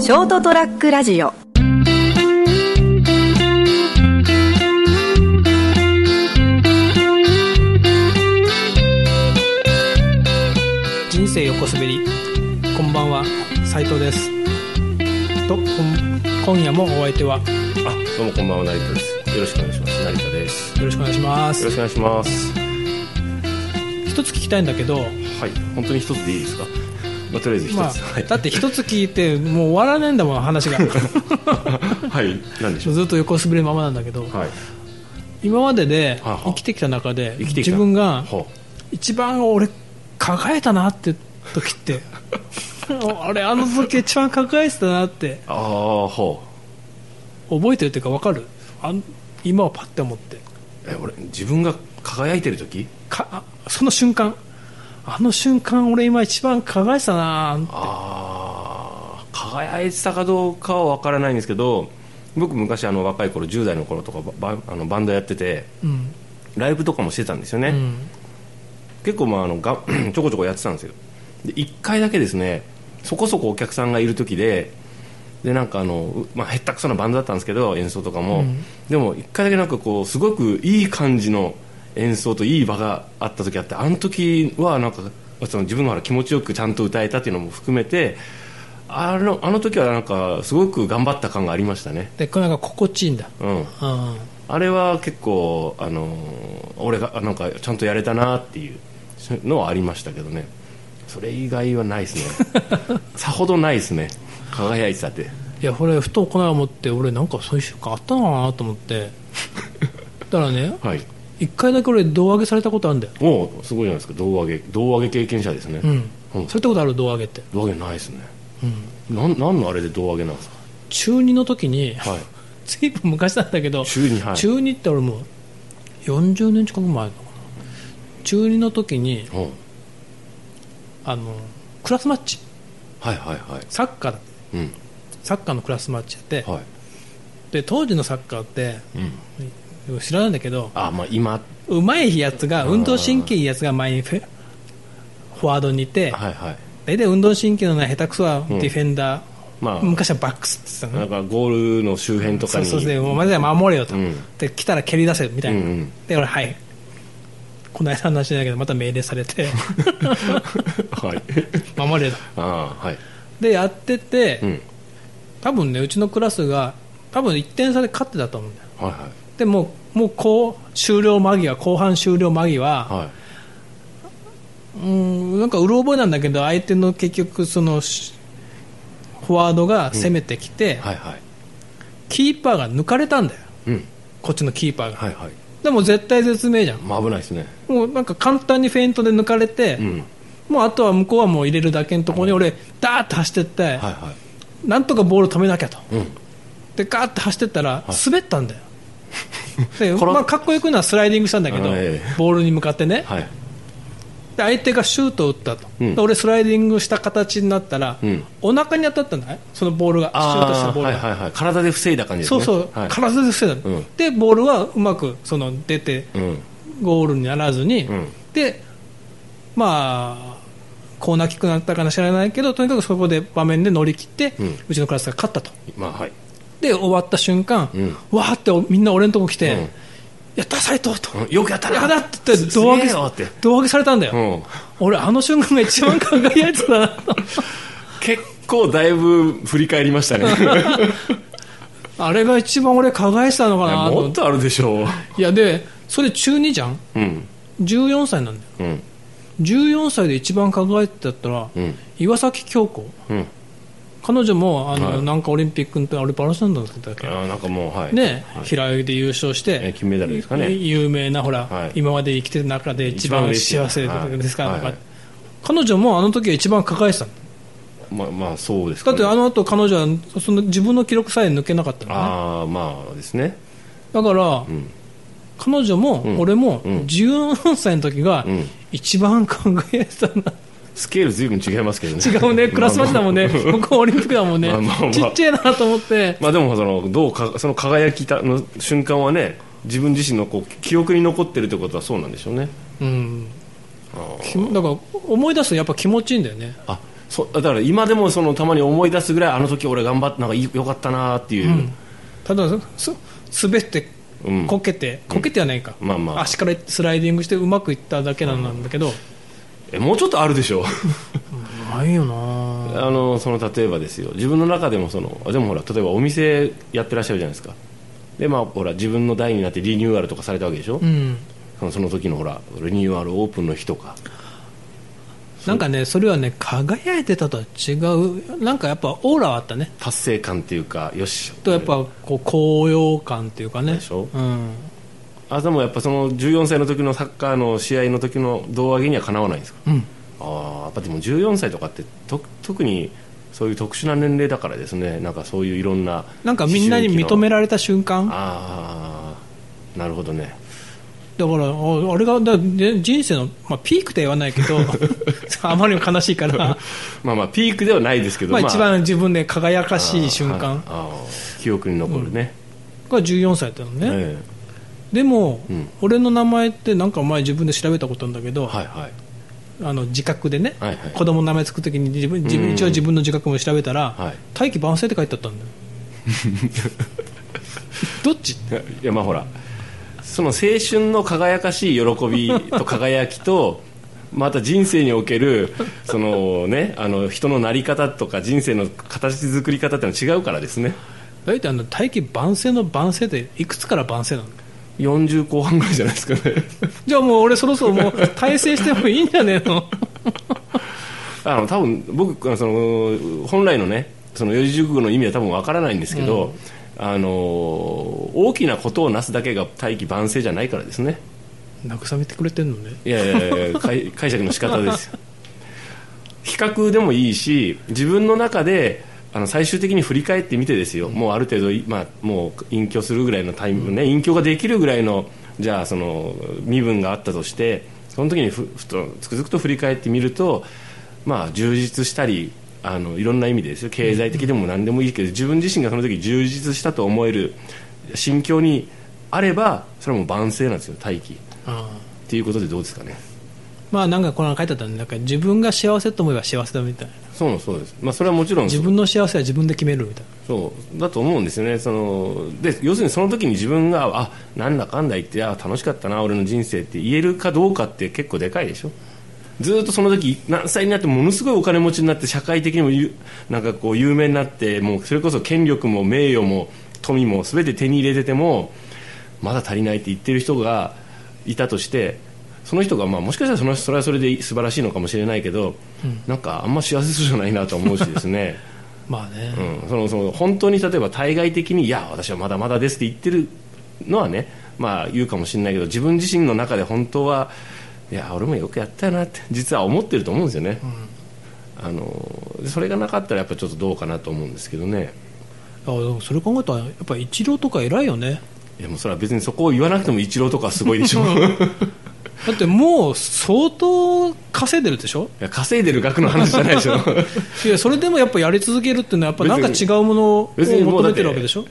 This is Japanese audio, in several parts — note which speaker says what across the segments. Speaker 1: ショートトラックラジオ
Speaker 2: 人生横滑りこんばんは斉藤ですとこん今夜もお相手はよ
Speaker 3: あ、どうもこんばんは、成田です。よろしくお願いします。成田です。
Speaker 2: ろしくお願いしま
Speaker 3: よ
Speaker 2: す
Speaker 3: ろしくお願いします。
Speaker 2: 一つ聞きたいんだけど
Speaker 3: はい、本当に一つでいいですか。まあ、とりあえず一つ。
Speaker 2: ま
Speaker 3: は
Speaker 2: あ
Speaker 3: い、
Speaker 2: だって一つ聞いてもう終わらねえんだもん話が
Speaker 3: はい、なんでしょう。
Speaker 2: ずっと横滑りのままなんだけど
Speaker 3: はい、
Speaker 2: 今までで
Speaker 3: はあはあ
Speaker 2: 生きてきた中で
Speaker 3: 生きてきた
Speaker 2: 自分が
Speaker 3: ほ
Speaker 2: 一番俺輝いたなって時って あれあの時一番輝いてたなって
Speaker 3: う。ああ、ほ
Speaker 2: 覚えてるっていうか分かるあん今をパッて思って
Speaker 3: う。え、俺、自分が輝いてる時。
Speaker 2: かあその瞬間あの瞬間俺今一番輝いてたな
Speaker 3: ああ、輝いてたかどうかはわからないんですけど。僕昔あの若い頃10代の頃とかババあのバンドやってて
Speaker 2: うん
Speaker 3: ライブとかもしてたんですよね、
Speaker 2: うん
Speaker 3: 結構まああのが ちょこちょこやってたんですよで1回だけですねそこそこお客さんがいる時ででなんかあの、うまあ、へったくそなバンドだったんですけど演奏とかも、
Speaker 2: うん
Speaker 3: でも1回だけなんかこうすごくいい感じの演奏といい場があった時あってあの時はなんかその自分のほら気持ちよくちゃんと歌えたっていうのも含めてあのあの時はなんかすごく頑張った感がありましたね、
Speaker 2: でこれなんか心地いいんだ
Speaker 3: うん、
Speaker 2: うん
Speaker 3: あれは結構、あのー俺があなんかちゃんとやれたなっていうのはありましたけどねそれ以外はないで すねさほどないですね輝いてたって
Speaker 2: いやこれふとこの間思って俺なんかそういう瞬間あったのかなと思ってだからね
Speaker 3: はい
Speaker 2: 一回だけ俺胴上げされたことあるんだよ
Speaker 3: おうすごいじゃないですか胴上げ胴上げ経験者ですね、
Speaker 2: うん、
Speaker 3: うん
Speaker 2: されたことある胴上げって、
Speaker 3: 胴上げないですね
Speaker 2: うん、
Speaker 3: なんなんのあれで胴上げなんです
Speaker 2: 中2の時に
Speaker 3: かはい
Speaker 2: ずいぶん昔なんだけど
Speaker 3: 中2はい
Speaker 2: 中2って俺もう40年近く前なのかな中2の時に
Speaker 3: おう
Speaker 2: あのクラスマッチ
Speaker 3: はいはいは
Speaker 2: サッカーだ
Speaker 3: いうん
Speaker 2: サッカーのクラスマッチやって、
Speaker 3: はい
Speaker 2: で当時のサッカーって
Speaker 3: うん
Speaker 2: でも知らないんだけど
Speaker 3: あまあ今は
Speaker 2: うまいやつが運動神経いいやつが前にフェフォワードにい
Speaker 3: い
Speaker 2: て
Speaker 3: はい
Speaker 2: 大体運動神経のない下手くそは
Speaker 3: ん
Speaker 2: ディフェンダー、
Speaker 3: ま
Speaker 2: 昔はバックスって言っ
Speaker 3: あ
Speaker 2: てた
Speaker 3: な
Speaker 2: の
Speaker 3: ん
Speaker 2: ね
Speaker 3: かゴールの周辺とか
Speaker 2: そう
Speaker 3: に
Speaker 2: そうでもうまずは守れよと、
Speaker 3: うん
Speaker 2: で来たら蹴り出せみたいな、
Speaker 3: うんうん
Speaker 2: で俺はいこの間の話だけどまた命令されて
Speaker 3: はい
Speaker 2: 守れと
Speaker 3: ああはい
Speaker 2: でやってて、
Speaker 3: うん
Speaker 2: 多分ねうちのクラスが多分1点差で勝ってたと思うんだよ
Speaker 3: はいはい
Speaker 2: でもうもうこう終了間際後半終了間際、
Speaker 3: は
Speaker 2: うーんなんかうろ覚えなんだけど相手の結局そのしフォワードが攻めてきて、
Speaker 3: いはいはい
Speaker 2: キーパーが抜かれたんだよ
Speaker 3: うん
Speaker 2: こっちのキーパーが、
Speaker 3: はいはい
Speaker 2: でも絶対絶命じゃん
Speaker 3: まあ危ないですね
Speaker 2: もうなんか簡単にフェイントで抜かれて、
Speaker 3: うん
Speaker 2: もうあとは向こうはもう入れるだけのところに俺ダーッと走ってって、
Speaker 3: はいは
Speaker 2: なんとかボール止めなきゃと
Speaker 3: いうん
Speaker 2: でガーッと走ってったら滑ったん だよ、で
Speaker 3: 転
Speaker 2: まあ、かっこよくのはスライディングしたんだけど、
Speaker 3: ええ
Speaker 2: ボールに向かってね、
Speaker 3: はい
Speaker 2: で相手がシュートを打ったと、
Speaker 3: うん
Speaker 2: で俺スライディングした形になったら、
Speaker 3: うん
Speaker 2: お腹に当たったんだねそのボールがシュートした
Speaker 3: あー
Speaker 2: ボール
Speaker 3: はい
Speaker 2: が、
Speaker 3: はいはい体で防いだ感じです
Speaker 2: そう
Speaker 3: ね
Speaker 2: そう、
Speaker 3: はい
Speaker 2: 体で防いだの、
Speaker 3: うん
Speaker 2: でボールはうまくその出て
Speaker 3: うん
Speaker 2: ゴールにならずに、
Speaker 3: うん
Speaker 2: でまあコーナーキックになったかな知らないけどとにかくそこで場面で乗り切って、う
Speaker 3: うん
Speaker 2: ちのクラスが勝ったと
Speaker 3: まあはい
Speaker 2: で終わった瞬間、
Speaker 3: うん
Speaker 2: わーってみんな俺のとこ来て、
Speaker 3: うん
Speaker 2: やった斎藤と、
Speaker 3: うんよくやったな
Speaker 2: やだって言って
Speaker 3: す
Speaker 2: 胴上
Speaker 3: す
Speaker 2: げ
Speaker 3: げえよって
Speaker 2: 胴上げされたんだよ、
Speaker 3: うん
Speaker 2: 俺あの瞬間が一番輝いてたな と
Speaker 3: 結構だいぶ振り返りましたね
Speaker 2: あれが一番俺輝いてたのかなと
Speaker 3: も
Speaker 2: 思
Speaker 3: っ
Speaker 2: って
Speaker 3: とあるでしょう
Speaker 2: いやでそれ中2じゃん
Speaker 3: うん
Speaker 2: 14歳なんだよ
Speaker 3: うん
Speaker 2: 14歳で一番輝いてたったら、
Speaker 3: うん
Speaker 2: 岩崎恭子
Speaker 3: うん
Speaker 2: 彼女もあの、
Speaker 3: はい
Speaker 2: なんかオリンピックの時あれバランスなんだったっ
Speaker 3: あ
Speaker 2: け
Speaker 3: ーなんかもうはい
Speaker 2: ね、平泳ぎで優勝して、
Speaker 3: え金メダルですかね
Speaker 2: 有名なほら、
Speaker 3: はい
Speaker 2: 今まで生きてる中で一番
Speaker 3: 一番
Speaker 2: 幸
Speaker 3: 嬉しい
Speaker 2: せですから、
Speaker 3: はい
Speaker 2: とか
Speaker 3: はい
Speaker 2: 彼女もあの時は一番抱えてたの
Speaker 3: まあまあそうで
Speaker 2: だ
Speaker 3: すか
Speaker 2: っ
Speaker 3: ね
Speaker 2: てあの後彼女はその自分の記録さえ抜けなかったのね
Speaker 3: あーまあですね
Speaker 2: だから、
Speaker 3: ん
Speaker 2: 彼女も俺も
Speaker 3: うん
Speaker 2: 14歳の時が
Speaker 3: うん
Speaker 2: 一番輝いてたな、
Speaker 3: スケール随分違い ますけどね
Speaker 2: 違うねクラスマッチだもんね僕はオリンピックだもんね、
Speaker 3: まあまあまあ
Speaker 2: ちっちゃいなと思って
Speaker 3: まあでもそのどうかその輝きたの瞬間はね自分自身のこう記憶に残ってるってことはそうなんでしょうね
Speaker 2: うんきだから思い出すとやっぱ気持ちいいんだよね
Speaker 3: あそだから今でもそのたまに思い出すぐらいあの時俺頑張ってなんかいいよかったなっていう、
Speaker 2: ただそ滑って
Speaker 3: うん
Speaker 2: こけて、こけてはないか、
Speaker 3: まあまあ
Speaker 2: 足からスライディングしてうまくいっただけなんだけど、
Speaker 3: えもうちょっとあるでしょ
Speaker 2: ないよな
Speaker 3: あのその例えばですよ自分の中でもそのあでもほら例えばお店やってらっしゃるじゃないですかでまあほら自分の代になってリニューアルとかされたわけでしょ、
Speaker 2: うん
Speaker 3: そのその時のほらリニューアルオープンの日とか
Speaker 2: なんかねそれはね輝いてたとは違うなんかやっぱオーラはあったね
Speaker 3: 達成感っていうかよし
Speaker 2: とやっぱこう高揚感っていうかね
Speaker 3: でしょ
Speaker 2: うん、
Speaker 3: あでもやっぱその14歳の時のサッカーの試合の時の胴上げにはかなわないんですか
Speaker 2: うん、
Speaker 3: ああやっぱでも14歳とかってと特にそういう特殊な年齢だからですねなんかそういういろんな
Speaker 2: なんかみんなに認め
Speaker 3: る
Speaker 2: られた瞬間だか
Speaker 3: ああなるほどね
Speaker 2: らああれがだで人生の、まあ、ピークとは言わないけ どあまりにも悲しいから
Speaker 3: まあまあピークではないですけど、
Speaker 2: まあ一
Speaker 3: あ
Speaker 2: 番自分で輝かしい瞬
Speaker 3: あ
Speaker 2: 間
Speaker 3: ーあー記憶に残るね、
Speaker 2: が14歳だったのね、
Speaker 3: え
Speaker 2: でも、
Speaker 3: うん
Speaker 2: 俺の名前ってなんか前自分で調べたことあるんだけど、
Speaker 3: えはいはい
Speaker 2: あの自覚でね、
Speaker 3: はいはい
Speaker 2: 子供の名前作るときに自分自
Speaker 3: うんう
Speaker 2: 分
Speaker 3: ん
Speaker 2: 一応自分の自覚も調べたら、
Speaker 3: はい
Speaker 2: 大器晩成って書いてあったんだよ どっち
Speaker 3: いやまあほらその青春の輝かしい喜 びと輝きとまた人生におけるその、ね、あの人のなり方とか人生の形作り方ってのは違うからですね
Speaker 2: 大体あの大器晩成の晩成っていくつから晩成なの
Speaker 3: 40後半ぐらいじゃないですかね
Speaker 2: じゃあもう俺そろそろ もう大成してもいいんじゃねえの
Speaker 3: あの多分僕あのその本来のねその四字熟語の意味は多分わからないんですけど、あの大きなことをなすだけが大器晩成じゃないからですね
Speaker 2: 慰めてくれてんのね
Speaker 3: いやいやいや解解釈の仕方ですよ比較でもいいし自分の中であの最終的に振り返ってみてですよ、もうある程度、いまあ、もう隠居するぐらいのタイム、ね隠居ができるぐらいのじゃあその身分があったとしてその時にふふとつくづくと振り返ってみると、まあ、充実したりあのいろんな意味でですよ経済的でも何でもいいけど自分自身がその時充実したと思える心境にあればそれはもう万世なんですよ大器
Speaker 2: ああ
Speaker 3: っていうことでどうですかね
Speaker 2: まあなんかこの書いてあったねなんか自分が幸せと思えば幸せだみたいな
Speaker 3: そうなんそうです、まあ、それはもちろん
Speaker 2: 自分の幸せは自分で決めるみたいな
Speaker 3: そうだと思うんですよねそので要するにその時に自分があなんだかんだ言ってあ楽しかったな俺の人生って言えるかどうかって結構でかいでしょずーっとその時何歳になってものすごいお金持ちになって社会的にもゆなんかこう有名になってもうそれこそ権力も名誉も富も全て手に入れててもまだ足りないって言ってる人がいたとしてその人が、まあ、もしかしたらそのそれはそれで素晴らしいのかもしれないけど、なんかあんま幸せそうじゃないなと思うしですね。
Speaker 2: まあね、
Speaker 3: うん、そのその本当に例えば対外的にいや私はまだまだですって言ってるのはね、まあ、言うかもしれないけど自分自身の中で本当はいや俺もよくやったよなって実は思ってると思うんですよね、あのそれがなかったらやっぱちょっとどうかなと思うんですけどね
Speaker 2: あでもそれ考えたらやっぱイチローとか偉いよね
Speaker 3: いやもうそれは別にそこを言わなくてもイチローとかすごいで しょい
Speaker 2: だってもう相当稼いでるでしょ
Speaker 3: や稼いでる額の話じゃないでしょ
Speaker 2: いやそれでもやっぱやり続けるっていうのはやっぱなんか違うものを
Speaker 3: 別にも
Speaker 2: 求
Speaker 3: うだ
Speaker 2: め
Speaker 3: って
Speaker 2: てるわけでしょ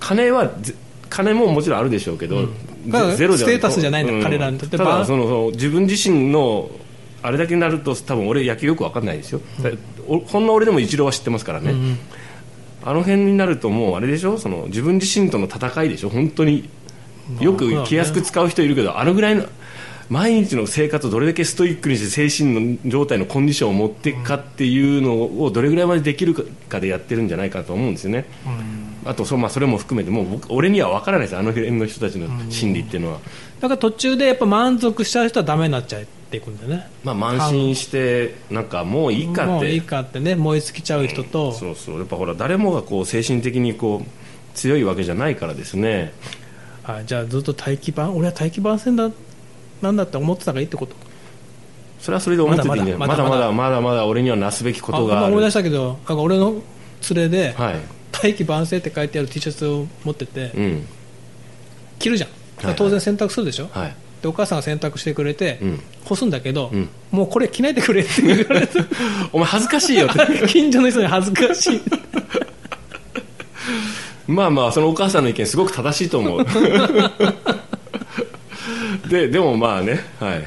Speaker 3: 金はぜ金ももちろんあるでしょうけど、
Speaker 2: だから
Speaker 3: ゼゼロでは
Speaker 2: ステータスじゃないんだ彼らにとって
Speaker 3: た
Speaker 2: ま
Speaker 3: だ
Speaker 2: あ
Speaker 3: そのその自分自身のあれだけになると多分俺野球よく分かんないですよ、だおほんの俺でもイチローは知ってますからね、あの辺になるともうあれでしょその自分自身との戦いでしょ本当によく気安く使う人いるけどあのぐらいの毎日の生活をどれだけストイックにして精神の状態のコンディションを持っていくかっていうのをどれぐらいまでできるかでやってるんじゃないかと思うんですよね、あとそ,、まあ、それも含めてもう僕俺には分からないですあの辺の人たちの心理っていうのは、
Speaker 2: だから途中でやっぱ満足しちゃう人はダメになっちゃっていくんだよね
Speaker 3: まあ、慢心してなんかもういいかって
Speaker 2: もういいかってね燃え尽きちゃう人と、
Speaker 3: そうそうやっぱほら誰もがこう精神的にこう強いわけじゃないからですね
Speaker 2: あじゃあずっと待機版俺は待機番線だなんだって思ってた方がいいってこと
Speaker 3: それはそれで思ってていいんじゃない
Speaker 2: まだ
Speaker 3: まだ
Speaker 2: ま
Speaker 3: ま
Speaker 2: だ
Speaker 3: だまだまだ俺にはなすべきこと
Speaker 2: あ
Speaker 3: があ
Speaker 2: 今
Speaker 3: る
Speaker 2: 思い出したけどなんか俺の連れで
Speaker 3: はい
Speaker 2: 「大器晩成」って書いてある T シャツを持ってて
Speaker 3: うん
Speaker 2: 着るじゃんだから当然洗濯するでしょ、
Speaker 3: はい
Speaker 2: でお母さんが洗濯してくれて、
Speaker 3: うん
Speaker 2: 干すんだけど、
Speaker 3: ん
Speaker 2: もうこれ着ないでくれって言われて
Speaker 3: お前恥ずかしいよって
Speaker 2: 近所の人に恥ずかしい
Speaker 3: まあまあそのお母さんの意見すごく正しい と思うででもまあねはい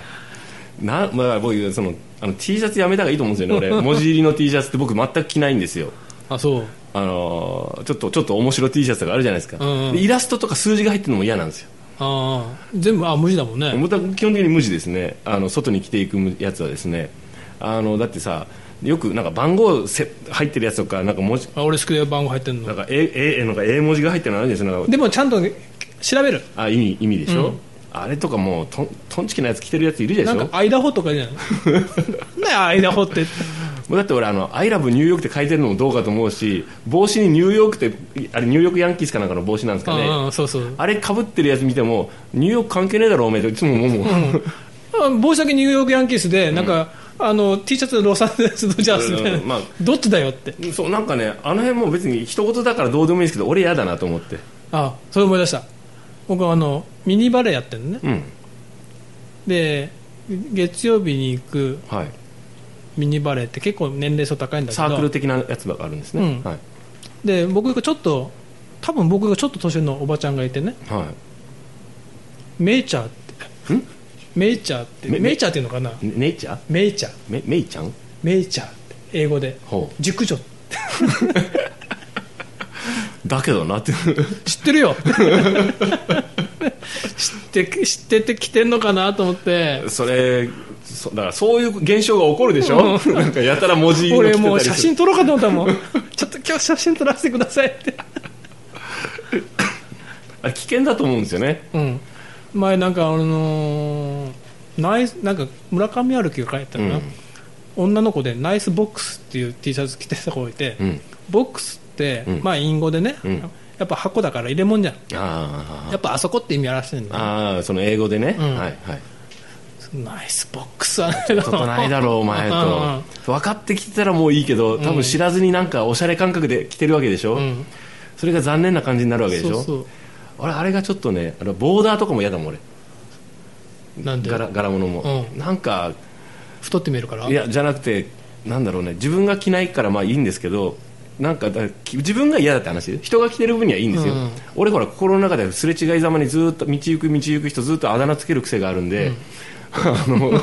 Speaker 3: なまあ、僕そのあの T シャツやめた方がいいと思うんですよ ね俺文字入りの T シャツって僕全く着ないんですよ
Speaker 2: あそう
Speaker 3: あのーちょっとちょっと面白い T シャツとかあるじゃないですか、
Speaker 2: うんうん
Speaker 3: でイラストとか数字が入ってるのも嫌なんですよ
Speaker 2: ああ全部あ無地だもんね
Speaker 3: 僕は基本的に無地ですねあの外に着ていくやつはですねあのだってさよくなんか番号せ入ってるやつとかなんか文字
Speaker 2: あ俺好きだよ番号入ってん
Speaker 3: な
Speaker 2: の
Speaker 3: んか A, A, なんか A 文字が入ってるのあるじゃないですか
Speaker 2: でもちゃんと調べる
Speaker 3: あ意味意味でしょ、あれとかもうとんとんちきなやつ着てるやついるでし
Speaker 2: な
Speaker 3: ょ
Speaker 2: んかアイダホとかじゃない なんだよアイダホって
Speaker 3: もうだって俺あの「I love ニューヨーク」って書いてるのもどうかと思うし帽子にニューヨークってあれニューヨークヤンキースかなんかの帽子なんですかね、
Speaker 2: うんうんそうそう
Speaker 3: あれかぶってるやつ見てもニューヨーク関係ねえだろおめえといつも思うもん、
Speaker 2: あ帽子だけニューヨークヤンキースでなんか、あの T シャツロサンゼルスドジャースみたいな、
Speaker 3: うんまあ
Speaker 2: どっちだよって
Speaker 3: そうなんかねあの辺も別に一言だからどうでもいいんですけど俺嫌だなと思って
Speaker 2: あそれ思い出した僕はあのミニバレーやってるのね
Speaker 3: うん
Speaker 2: で月曜日に行く
Speaker 3: はい
Speaker 2: ミニバレーって結構年齢層高いんだけど
Speaker 3: サークル的なやつがあるんですね、
Speaker 2: うん
Speaker 3: はい、
Speaker 2: で僕がちょっと多分僕がちょっと年上のおばちゃんがいてね
Speaker 3: は
Speaker 2: メイチャーって
Speaker 3: ん
Speaker 2: メイチャーって
Speaker 3: め、
Speaker 2: メイチャーっていうのかない
Speaker 3: ね、ネイチャー
Speaker 2: メイチャー
Speaker 3: めメイちゃん
Speaker 2: メイチャーって英語で
Speaker 3: ほ
Speaker 2: 熟女
Speaker 3: うだけどなって
Speaker 2: 知ってるよ知って知ってて来てんのかなと思って
Speaker 3: それそだからそういう現象が起こるでしょ、なんかやたら文字入りの着て
Speaker 2: 俺
Speaker 3: たりする
Speaker 2: もう写真撮ろうかと思ったもんちょっと今日写真撮らせてくださいって、
Speaker 3: あれ危険だと思うんですよね
Speaker 2: うん、前なんかあのーナイスなんか村上春樹が書いてたのかな、
Speaker 3: うん
Speaker 2: 女の子でナイスボックスっていう T シャツ着てた子がいて、
Speaker 3: うん
Speaker 2: ボックスって、
Speaker 3: うん
Speaker 2: まあ隠語でね、
Speaker 3: うん
Speaker 2: やっぱ箱だから入れ物じゃん
Speaker 3: あ
Speaker 2: やっぱあそこって意味表してるん
Speaker 3: あ
Speaker 2: だよ
Speaker 3: ああその英語でね、
Speaker 2: うん
Speaker 3: はいはい
Speaker 2: ナイスボックスはないだろ
Speaker 3: ちょっとないだろうお前と分かってきてたらもういいけど多分知らずになんかおしゃれ感覚で来てるわけでしょ、
Speaker 2: うん
Speaker 3: それが残念な感じになるわけでしょ
Speaker 2: そうそう
Speaker 3: 俺あれがちょっとねあのボーダーとかも嫌だもん俺
Speaker 2: なんで
Speaker 3: 柄柄物も、
Speaker 2: う
Speaker 3: なんか
Speaker 2: 太って見えるから
Speaker 3: いやじゃなくてなんだろうね自分が着ないからまあいいんですけどなんかだき自分が嫌だって話人が着てる分にはいいんですよ、
Speaker 2: うん
Speaker 3: 俺ほら心の中ですれ違いざまにずっと道行く道行く人ずっとあだ名つける癖があるんで、あのもう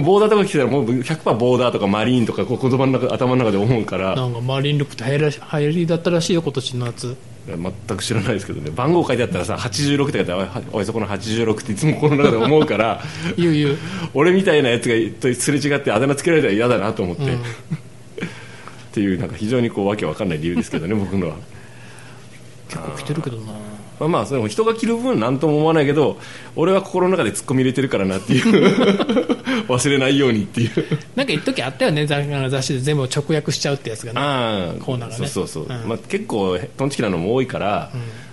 Speaker 3: ボーダーとか着てたらもう100%ボーダーとかマリーンとかこう言葉の中頭の中で思うから
Speaker 2: なんかマリン・ルクって流行らし流行りだったらしいよ今年の夏
Speaker 3: 全く知らないですけどね番号書いてあったらさ86って書いてあっておいおいそこの86っていつも心の中で思うから
Speaker 2: 言う言う
Speaker 3: 俺みたいなやつがとすれ違ってあだ名つけられたら嫌だなと思って、
Speaker 2: う
Speaker 3: っ
Speaker 2: ん
Speaker 3: ていうなんか非常にこうわけわかんない理由ですけどね僕のは
Speaker 2: 結構着てるけどな
Speaker 3: まあまあそれも人が着る分なんとも思わないけど俺は心の中でツッコミ入れてるからなっていう 忘れないようにっていう
Speaker 2: なんか一時あったよね雑誌で全部直訳しちゃうってやつがね
Speaker 3: ああ
Speaker 2: コーナーがね
Speaker 3: そうそうそう、
Speaker 2: うん
Speaker 3: まあ、結構トンチキなのも多いから、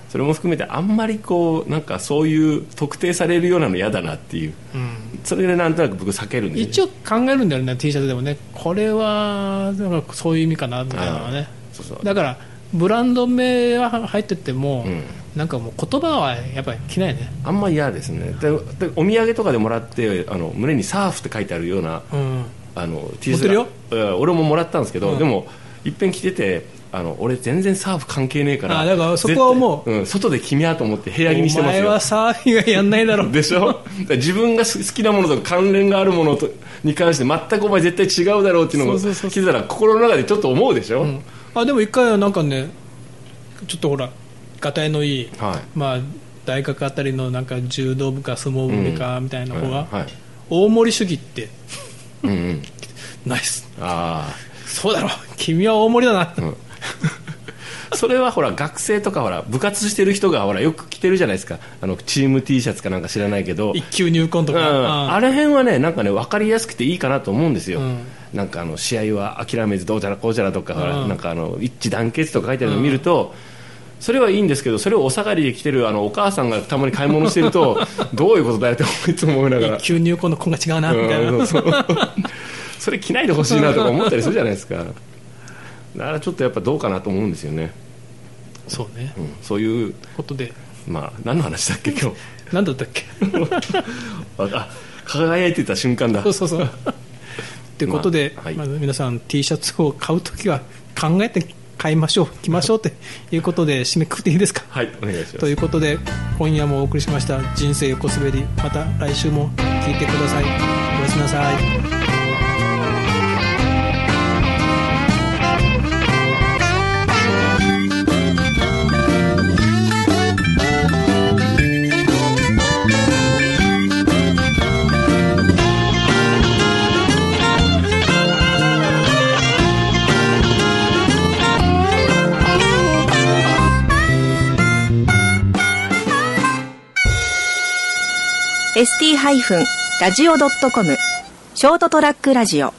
Speaker 3: それも含めてあんまりこうなんかそういう特定されるようなの嫌だなっていう
Speaker 2: うん
Speaker 3: それでなんとなく僕避けるんです
Speaker 2: 一応考えるんだよね T シャツでもねこれはなんかそういう意味かなみたいなのはね
Speaker 3: そうそう
Speaker 2: だからブランド名は入ってても、
Speaker 3: うん
Speaker 2: なんかもう言葉はやっぱり着ないね
Speaker 3: あんま嫌ですねででお土産とかでもらってあの胸に「サーフ」って書いてあるような
Speaker 2: うん
Speaker 3: あの T
Speaker 2: 持って
Speaker 3: シャツ
Speaker 2: るよ
Speaker 3: うん俺ももらったんですけど、
Speaker 2: うん
Speaker 3: でもいっぺん着ててあの俺全然サーフ関係ねえから
Speaker 2: あだからそこはもう
Speaker 3: 絶対ん、外で君はと思って部屋着にして
Speaker 2: お
Speaker 3: ます
Speaker 2: 前
Speaker 3: よ
Speaker 2: はサーフィンはやんないだろ
Speaker 3: でしょだから自分が好好きなものとか関連があるものとに関して全くお前絶対違うだろうっていうのを
Speaker 2: そうそうそう
Speaker 3: 聞いたら心の中でちょっと思うでしょ、
Speaker 2: うんあでも一回はなんかねちょっとほらがたいのいい、
Speaker 3: はい
Speaker 2: まあ、大学あたりのなんか柔道部か相撲部かみたいな子が、
Speaker 3: うんはい
Speaker 2: 大盛り主義って
Speaker 3: うんうん
Speaker 2: ナイス
Speaker 3: あ
Speaker 2: そうだろ君は大盛りだな、
Speaker 3: あ、うん、 それはほら学生とかほら部活してる人がほらよく着てるじゃないですかあのチーム T シャツかなんか知らないけど
Speaker 2: 一級入魂と
Speaker 3: うん、
Speaker 2: か、
Speaker 3: あ
Speaker 2: あ
Speaker 3: れ辺はねなんかね分かりやすくていいかなと思うんですよ、
Speaker 2: うん
Speaker 3: なんかあの試合は諦めずどうじゃらこうじゃらとか、
Speaker 2: うん
Speaker 3: なんかあの一致団結とか書いてあるのを見ると、それはいいんですけどそれをお下がりで着てるあのお母さんがたまに買い物してると どういうことだよっていつも思いながら
Speaker 2: 一級入魂の子が違うなみたいな、
Speaker 3: うんそうそうそれ着ないでほしいなとか思ったりするじゃないですかだからちょっとやっぱどうかなと思うんですよね、
Speaker 2: そうね、
Speaker 3: うんそういう
Speaker 2: ことで
Speaker 3: まあ何の話だっけ今日
Speaker 2: 何だったっけ
Speaker 3: ああ輝いてた瞬間だ
Speaker 2: そうそうそうってことで、
Speaker 3: まあはい
Speaker 2: まず皆さん T シャツを買うときは考えて買いましょう着ましょうということで締めくくっていいですか
Speaker 3: はいお願いします
Speaker 2: ということで今夜もお送りしました「人生横滑り」また来週も聞いてくださいおやすみなさい
Speaker 1: 「ST-radio.com」ショートトラックラジオ」